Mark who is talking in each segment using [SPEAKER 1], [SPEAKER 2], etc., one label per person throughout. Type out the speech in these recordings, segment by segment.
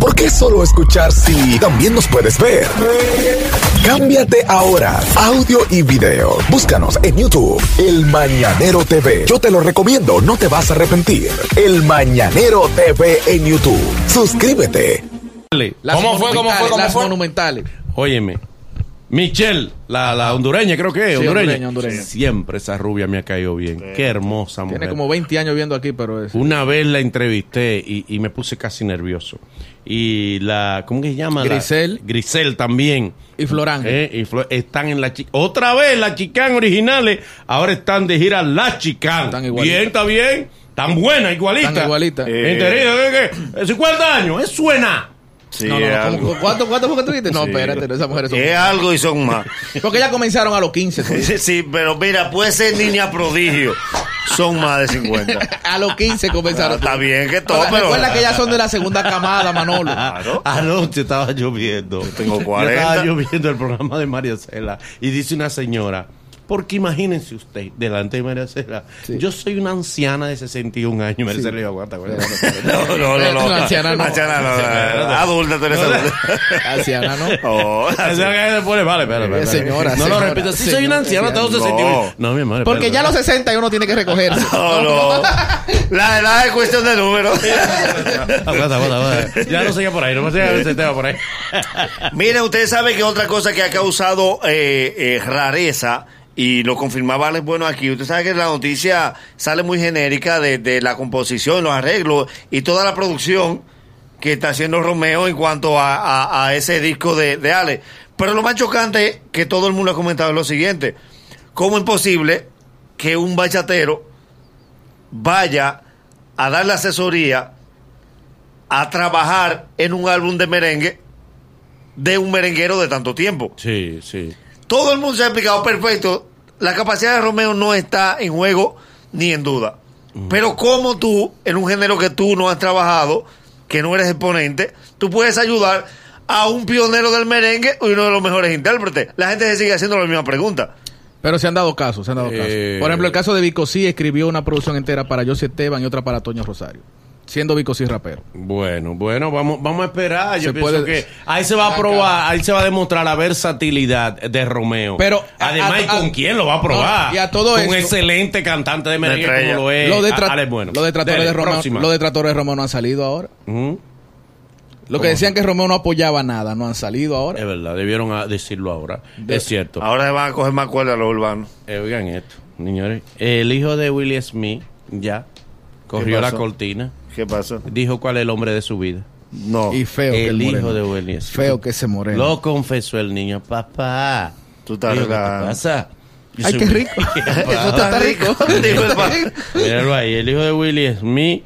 [SPEAKER 1] ¿Por qué solo escuchar si también nos puedes ver? Cámbiate ahora. Audio y video. Búscanos en YouTube. El Mañanero TV. Yo te lo recomiendo, no te vas a arrepentir. El Mañanero TV en YouTube. Suscríbete.
[SPEAKER 2] Las
[SPEAKER 3] ¿Cómo fue? ¿Cómo fue?
[SPEAKER 2] monumentales,
[SPEAKER 3] ¿Cómo
[SPEAKER 2] las
[SPEAKER 3] fue?
[SPEAKER 2] monumentales.
[SPEAKER 3] Óyeme. Michelle, la, la hondureña, creo que es.
[SPEAKER 2] Sí,
[SPEAKER 3] hondureña.
[SPEAKER 2] hondureña, hondureña.
[SPEAKER 3] Siempre esa rubia me ha caído bien. Qué hermosa mujer.
[SPEAKER 2] Tiene como 20 años viendo aquí, pero es.
[SPEAKER 3] Una vez la entrevisté y, y me puse casi nervioso. Y la, ¿cómo que se llama? La-
[SPEAKER 2] Grisel.
[SPEAKER 3] Grisel también.
[SPEAKER 2] Y Florán.
[SPEAKER 3] Eh, y Flo- están en la chi- Otra vez las chicán originales. Ahora están de gira las chicán.
[SPEAKER 2] Están igualitas.
[SPEAKER 3] bien, está bien. Tan buena, igualita.
[SPEAKER 2] Están igualitas.
[SPEAKER 4] Eh.
[SPEAKER 3] Enterito, ¿qué, qué? 50 años, es suena.
[SPEAKER 4] Sí,
[SPEAKER 2] no, no,
[SPEAKER 4] es
[SPEAKER 2] no.
[SPEAKER 4] algo.
[SPEAKER 2] ¿cómo- ¿Cuánto, cuánto fue que tú dijiste? No,
[SPEAKER 4] Sí.
[SPEAKER 2] espérate, no, esas mujeres son.
[SPEAKER 4] Es algo y son más.
[SPEAKER 2] Porque ya comenzaron a los 15. tú.
[SPEAKER 4] Sí, pero mira, puede ser niña prodigio. Son más de 50.
[SPEAKER 2] A los 15
[SPEAKER 4] Ah,
[SPEAKER 2] comenzaron.
[SPEAKER 4] Está bien que todo,
[SPEAKER 2] Ahora,
[SPEAKER 4] pero. Ah,
[SPEAKER 2] Recuerda que ya son de la segunda camada, Manolo.
[SPEAKER 4] Claro.
[SPEAKER 3] Anoche estaba lloviendo.
[SPEAKER 4] tengo
[SPEAKER 3] Yo
[SPEAKER 4] 40.
[SPEAKER 3] estaba lloviendo el programa de María Cela y dice una señora, porque imagínense usted, delante de María Cela,
[SPEAKER 2] Sí.
[SPEAKER 3] yo soy una anciana de 61 años. María Cela le dijo, aguanta, aguanta, aguanta.
[SPEAKER 4] No, no, no. no.
[SPEAKER 2] No, anciana no.
[SPEAKER 4] Anciana no, no, no. Adulta, tú eres adulta.
[SPEAKER 2] Anciana, ¿no?
[SPEAKER 4] Oh,
[SPEAKER 3] O sea, que ella se pone, vale, espera, espera,
[SPEAKER 2] Eh,
[SPEAKER 3] espera.
[SPEAKER 2] señora,
[SPEAKER 3] No lo
[SPEAKER 2] señora,
[SPEAKER 3] repito. Sí, soy
[SPEAKER 2] señora,
[SPEAKER 3] una anciana, tengo
[SPEAKER 4] señora.
[SPEAKER 3] 61. No, mi madre.
[SPEAKER 2] Porque ya a los 60 uno tiene que recogerse.
[SPEAKER 4] Oh, no, no. La edad es cuestión de número.
[SPEAKER 3] Aguanta, aguanta, aguanta. Ya no siga por ahí, no me siga ese tema por ahí.
[SPEAKER 4] Miren, ustedes saben que otra cosa que ha causado eh, eh, rareza, y lo confirmaba Alex Bueno aquí, usted sabe que la noticia sale muy genérica de, de la composición, los arreglos y toda la producción que está haciendo Romeo en cuanto a, a- a ese disco de, de Alex. Pero lo más chocante que todo el mundo ha comentado es lo siguiente, ¿cómo es posible que un bachatero vaya a darle asesoría a trabajar en un álbum de merengue de un merenguero de tanto tiempo.
[SPEAKER 3] Sí, sí.
[SPEAKER 4] Todo el mundo se ha explicado perfecto. La capacidad de Romeo no está en juego ni en duda. Pero como tú, en un género que tú no has trabajado, que no eres exponente, tú puedes ayudar a un pionero del merengue y uno de los mejores intérpretes. La gente se sigue haciendo la misma pregunta.
[SPEAKER 2] Pero se han dado casos, se han dado casos.
[SPEAKER 3] Eh.
[SPEAKER 2] Por ejemplo, el caso de Vicosí escribió una producción entera para José Esteban y otra para Toño Rosario, siendo Vicosí rapero.
[SPEAKER 3] Bueno, bueno, vamos, vamos a esperar. Yo
[SPEAKER 2] Se
[SPEAKER 3] pienso
[SPEAKER 2] puede-
[SPEAKER 3] que ahí se va a probar, ahí se va a demostrar la versatilidad de Romeo.
[SPEAKER 2] Pero,
[SPEAKER 3] además,
[SPEAKER 2] a-
[SPEAKER 3] ¿y con
[SPEAKER 2] a-
[SPEAKER 3] quién lo va a probar?
[SPEAKER 2] No, y a todo
[SPEAKER 3] un
[SPEAKER 2] esto-
[SPEAKER 3] excelente cantante de merengue
[SPEAKER 4] estrella.
[SPEAKER 3] como lo es.
[SPEAKER 2] los, detra-
[SPEAKER 3] Alex Bueno.
[SPEAKER 2] los detractores
[SPEAKER 3] Dele,
[SPEAKER 2] de Romeo,
[SPEAKER 3] próxima.
[SPEAKER 2] los detractores de Romeo no han salido ahora.
[SPEAKER 3] Ujú.
[SPEAKER 2] Lo que decían que Romeo no apoyaba nada, no han salido ahora.
[SPEAKER 3] Es verdad, debieron ah, decirlo ahora. es cierto.
[SPEAKER 4] Ahora se van a coger más cuerda los urbanos.
[SPEAKER 3] Eh, oigan esto, señores. El hijo de Will Smith ya corrió
[SPEAKER 4] ¿Qué
[SPEAKER 3] la
[SPEAKER 4] pasó?
[SPEAKER 3] cortina,
[SPEAKER 4] ¿Qué pasó?
[SPEAKER 3] dijo cuál es el hombre de su vida.
[SPEAKER 4] No.
[SPEAKER 2] Y feo que
[SPEAKER 3] el hijo
[SPEAKER 2] moreno.
[SPEAKER 3] de Will Smith.
[SPEAKER 2] Feo que se moreno.
[SPEAKER 3] Lo confesó el niño, papá.
[SPEAKER 4] Tú estás
[SPEAKER 3] Dijo, ¿Qué te
[SPEAKER 4] relajando.
[SPEAKER 3] pasa?
[SPEAKER 2] Ay, qué rico. Eso está, está rico.
[SPEAKER 4] Dijo el papá.
[SPEAKER 3] Míralo ahí, el hijo de Will Smith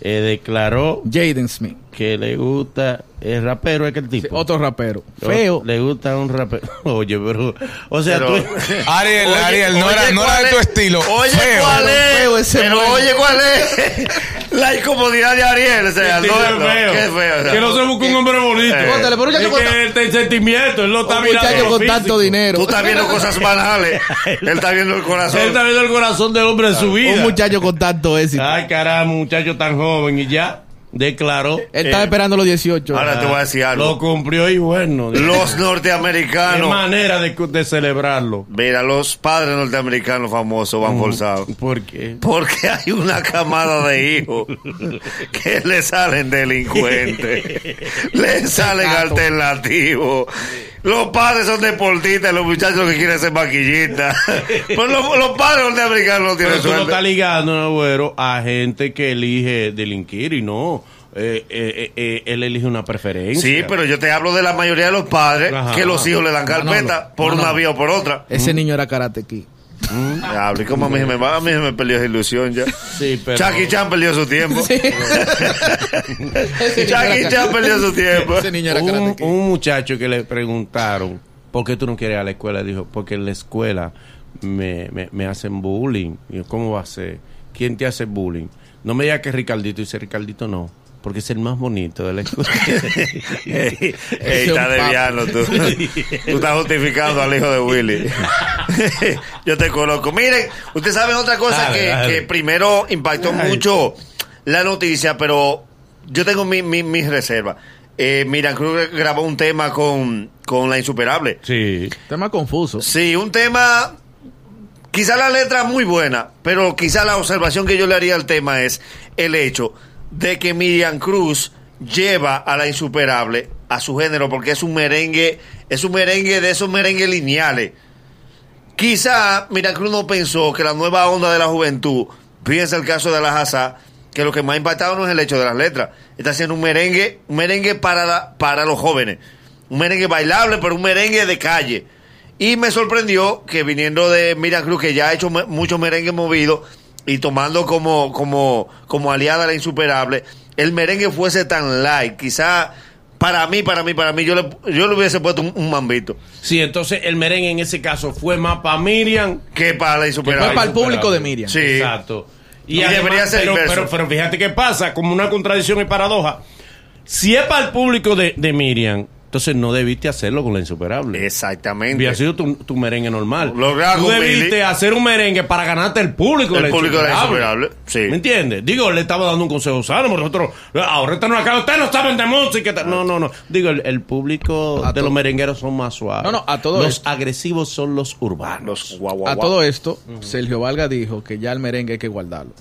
[SPEAKER 3] eh, declaró
[SPEAKER 2] Jaden Smith,
[SPEAKER 3] que le gusta el rapero, es que el tipo.
[SPEAKER 2] sí, otro rapero. Feo.
[SPEAKER 3] Le gusta un rapero. Oye, pero. O sea,
[SPEAKER 4] Pero-
[SPEAKER 3] tú. Ah,
[SPEAKER 5] Ariel,
[SPEAKER 4] Oye,
[SPEAKER 5] Ariel, no
[SPEAKER 4] oye,
[SPEAKER 5] era, no
[SPEAKER 4] ¿cuál
[SPEAKER 5] era de tu
[SPEAKER 4] es?
[SPEAKER 5] estilo.
[SPEAKER 4] Oye,
[SPEAKER 5] Feo.
[SPEAKER 4] ¿cuál es?
[SPEAKER 2] Feo ese
[SPEAKER 4] Pero
[SPEAKER 2] bueno.
[SPEAKER 4] oye, ¿cuál es? La incomodidad de Ariel. O sea, no,
[SPEAKER 3] Este
[SPEAKER 4] no,
[SPEAKER 3] es feo.
[SPEAKER 4] qué feo. o sea.
[SPEAKER 3] Que no se busque un hombre bonito.
[SPEAKER 4] Eh.
[SPEAKER 2] Bótale, pero un
[SPEAKER 3] es
[SPEAKER 2] muchacho con-
[SPEAKER 3] que él está en sentimiento, él no está
[SPEAKER 2] Un
[SPEAKER 3] mirando
[SPEAKER 2] muchacho
[SPEAKER 3] lo
[SPEAKER 2] con
[SPEAKER 3] físico.
[SPEAKER 2] tanto dinero.
[SPEAKER 4] Tú estás viendo cosas banales. Él está viendo el corazón.
[SPEAKER 3] Él está viendo el corazón del hombre de su vida.
[SPEAKER 2] Un muchacho con tanto éxito.
[SPEAKER 3] Ay, caramba, un muchacho tan joven y ya declaró.
[SPEAKER 2] Él estaba
[SPEAKER 4] Eh,
[SPEAKER 2] esperando los 18.
[SPEAKER 4] Ahora te voy a decir
[SPEAKER 3] Lo
[SPEAKER 4] algo.
[SPEAKER 3] cumplió y bueno. de-
[SPEAKER 4] Los
[SPEAKER 3] Qué
[SPEAKER 4] norteamericanos.
[SPEAKER 3] manera de, de celebrarlo.
[SPEAKER 4] Mira, los padres norteamericanos famosos
[SPEAKER 5] Mm.
[SPEAKER 4] van forzados.
[SPEAKER 3] Porque
[SPEAKER 4] Porque hay una camada de hijos que le salen delincuentes, le salen alternativos. Los padres son deportistas, los muchachos lo que quieren ser maquillistas. Pero los, los padres norteamericanos no
[SPEAKER 3] Pero
[SPEAKER 4] tienen
[SPEAKER 3] tú no estás
[SPEAKER 4] suerte.
[SPEAKER 3] ligando, ¿no, güero, a gente que elige delinquir y no. Eh, eh, eh, eh, él elige una preferencia.
[SPEAKER 4] Sí, pero yo te hablo de la mayoría de los padres
[SPEAKER 3] Ajá.
[SPEAKER 4] que los hijos le dan carpeta
[SPEAKER 2] Manolo,
[SPEAKER 4] por una
[SPEAKER 2] Manolo.
[SPEAKER 4] vía o por otra.
[SPEAKER 2] Ese niño era Karate Kid.
[SPEAKER 4] Hablo, y como a mí se me va, a mí se me perdió esa ilusión ya.
[SPEAKER 3] Sí, pero-
[SPEAKER 4] Chucky Chan perdió su tiempo.
[SPEAKER 2] Ese niño
[SPEAKER 4] Chucky
[SPEAKER 2] era
[SPEAKER 4] Chan
[SPEAKER 2] Karate-
[SPEAKER 4] perdió su tiempo.
[SPEAKER 2] Ese niño era
[SPEAKER 3] un,
[SPEAKER 2] Karate Kid.
[SPEAKER 3] un muchacho que le preguntaron, ¿por qué tú no quieres ir a la escuela? Dijo, porque en la escuela me, me, me hacen bullying. Y yo, ¿cómo va a ser? ¿Quién te hace bullying? No me digas que es Ricardito. Y dice, Ricardito no, porque es el más bonito de la escuela. Eh,
[SPEAKER 4] Ey,
[SPEAKER 2] Ese es un
[SPEAKER 4] estás
[SPEAKER 2] papo.
[SPEAKER 4] desviando tú. Tú estás justificando al hijo de Willy. Yo te conozco. Miren, ustedes saben otra cosa
[SPEAKER 3] Dale,
[SPEAKER 4] que,
[SPEAKER 3] dale.
[SPEAKER 4] que primero impactó mucho la noticia, pero yo tengo mi- mi- mis reservas. eh, Miran Cruz grabó un tema con, con La Insuperable.
[SPEAKER 3] Sí.
[SPEAKER 2] Tema confuso.
[SPEAKER 4] Sí, un tema. Quizá la letra es muy buena, pero quizá la observación que yo le haría al tema es el hecho de que Miriam Cruz lleva a la insuperable a su género, porque es un merengue, es un merengue de esos merengues lineales. Quizá Miriam Cruz no pensó que la nueva onda de la juventud, piensa el caso de la Haza, que lo que más ha impactado no es el hecho de las letras, está haciendo un merengue, un merengue para, la- para los jóvenes, un merengue bailable, pero un merengue de calle. Y me sorprendió que viniendo de Miriam Cruz, que ya ha hecho me- mucho merengue movido y tomando como, como, como aliada a la insuperable, el merengue fuese tan light. Quizá para mí, para mí, para mí, yo le, yo le hubiese puesto un, un mambito.
[SPEAKER 3] Sí, entonces el merengue en ese caso fue más para Miriam.
[SPEAKER 4] Que para la insuperable.
[SPEAKER 2] Fue para el público de Miriam.
[SPEAKER 4] Sí.
[SPEAKER 3] Exacto. Y,
[SPEAKER 4] Y
[SPEAKER 3] además-
[SPEAKER 4] debería ser
[SPEAKER 3] pero,
[SPEAKER 4] inverso.
[SPEAKER 3] pero, pero fíjate qué pasa, como una contradicción y paradoja. Si es para el público de, de Miriam, entonces no debiste hacerlo con la insuperable.
[SPEAKER 4] Exactamente.
[SPEAKER 3] Hubiera sido tu, tu merengue normal.
[SPEAKER 4] Lo que hago,
[SPEAKER 3] Tú debiste
[SPEAKER 4] Billy.
[SPEAKER 3] hacer un merengue para ganarte el público. de
[SPEAKER 4] El
[SPEAKER 3] la
[SPEAKER 4] público de la
[SPEAKER 3] Insuperable.
[SPEAKER 4] Insuperable, sí.
[SPEAKER 3] ¿Me entiendes? Digo, le estaba dando un consejo sano. porque Nosotros, "Ah, ahorita no acá, ustedes no saben de música. tal. No, no, no. Digo, el, el público
[SPEAKER 2] A
[SPEAKER 3] de
[SPEAKER 2] to-
[SPEAKER 3] los merengueros son más suaves.
[SPEAKER 2] No, no, a todo
[SPEAKER 3] Los
[SPEAKER 2] esto.
[SPEAKER 3] agresivos son los urbanos.
[SPEAKER 4] Los guau, guau,
[SPEAKER 2] A
[SPEAKER 4] guau.
[SPEAKER 2] todo esto, Sergio Valga dijo que ya el merengue hay que guardarlo.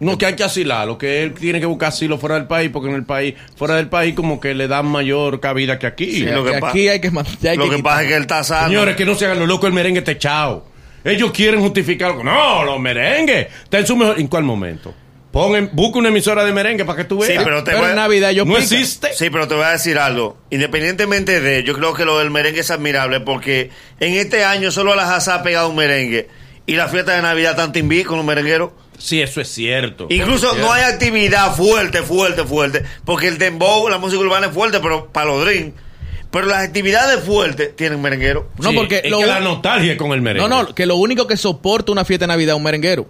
[SPEAKER 3] No, que hay que asilarlo, que él tiene que buscar asilo fuera del país, porque en el país, fuera del país, como que le dan mayor cabida que aquí.
[SPEAKER 4] Sí, lo
[SPEAKER 2] Que
[SPEAKER 4] que pa-
[SPEAKER 2] aquí hay que man- ya hay
[SPEAKER 4] Lo que pasa es que él está sano.
[SPEAKER 3] Señores, que no se hagan los locos el merengue está echado. Ellos quieren justificarlo. No, los merengues. Está en su mejor. ¿En cuál momento? Pon en- busca una emisora de merengue para que tú veas.
[SPEAKER 4] Sí, pero te
[SPEAKER 2] Pero
[SPEAKER 4] voy-
[SPEAKER 2] en Navidad yo
[SPEAKER 3] no
[SPEAKER 2] pica.
[SPEAKER 3] existe.
[SPEAKER 4] Sí, pero te voy a decir algo. Independientemente de, yo creo que lo del merengue es admirable porque en este año solo a la Haza ha pegado un merengue y la fiesta de Navidad tan timbí con los merengueros.
[SPEAKER 3] Sí, eso es cierto.
[SPEAKER 4] Incluso no hay actividad fuerte, fuerte, fuerte, porque el dembow, la música urbana es fuerte, pero para los dream. Pero las actividades fuertes tienen merengueros.
[SPEAKER 2] No,
[SPEAKER 3] Sí,
[SPEAKER 2] porque
[SPEAKER 3] es
[SPEAKER 2] lo
[SPEAKER 3] que
[SPEAKER 2] un-
[SPEAKER 3] la nostalgia es con el merengue.
[SPEAKER 2] No, no, que lo único que soporta una fiesta de Navidad es un merenguero.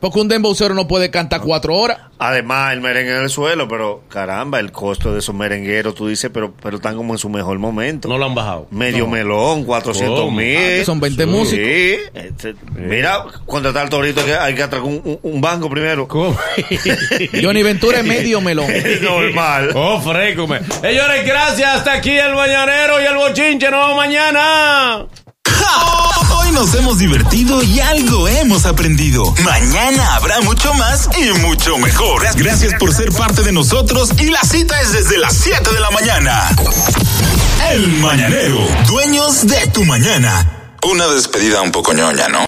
[SPEAKER 2] Porque un dembowcero no puede cantar cuatro horas.
[SPEAKER 4] Además, el merengue en el suelo, pero caramba, el costo de esos merengueros, tú dices, pero, pero están como en su mejor momento.
[SPEAKER 3] No lo han bajado.
[SPEAKER 4] Medio melón, 400
[SPEAKER 3] ¿Cómo?
[SPEAKER 4] mil.
[SPEAKER 2] Ah, son 20
[SPEAKER 4] Sí,
[SPEAKER 2] músicos.
[SPEAKER 4] este, mira, contratar al torito que hay que atracar un, un- un banco primero.
[SPEAKER 3] ¿Cómo?
[SPEAKER 2] Johnny Ventura es medio melón.
[SPEAKER 4] Es normal.
[SPEAKER 3] Oh, frécome. Señores, gracias. Hasta aquí el bañanero y el bochinche. Nos vemos mañana.
[SPEAKER 5] ¡Ja! Hoy nos hemos divertido y algo hemos aprendido. Mañana habrá mucho más y mucho mejor. Gracias por ser parte de nosotros y la cita es desde las 7 de la mañana. El Mañanero, dueños de tu mañana. Una despedida un poco ñoña, ¿no?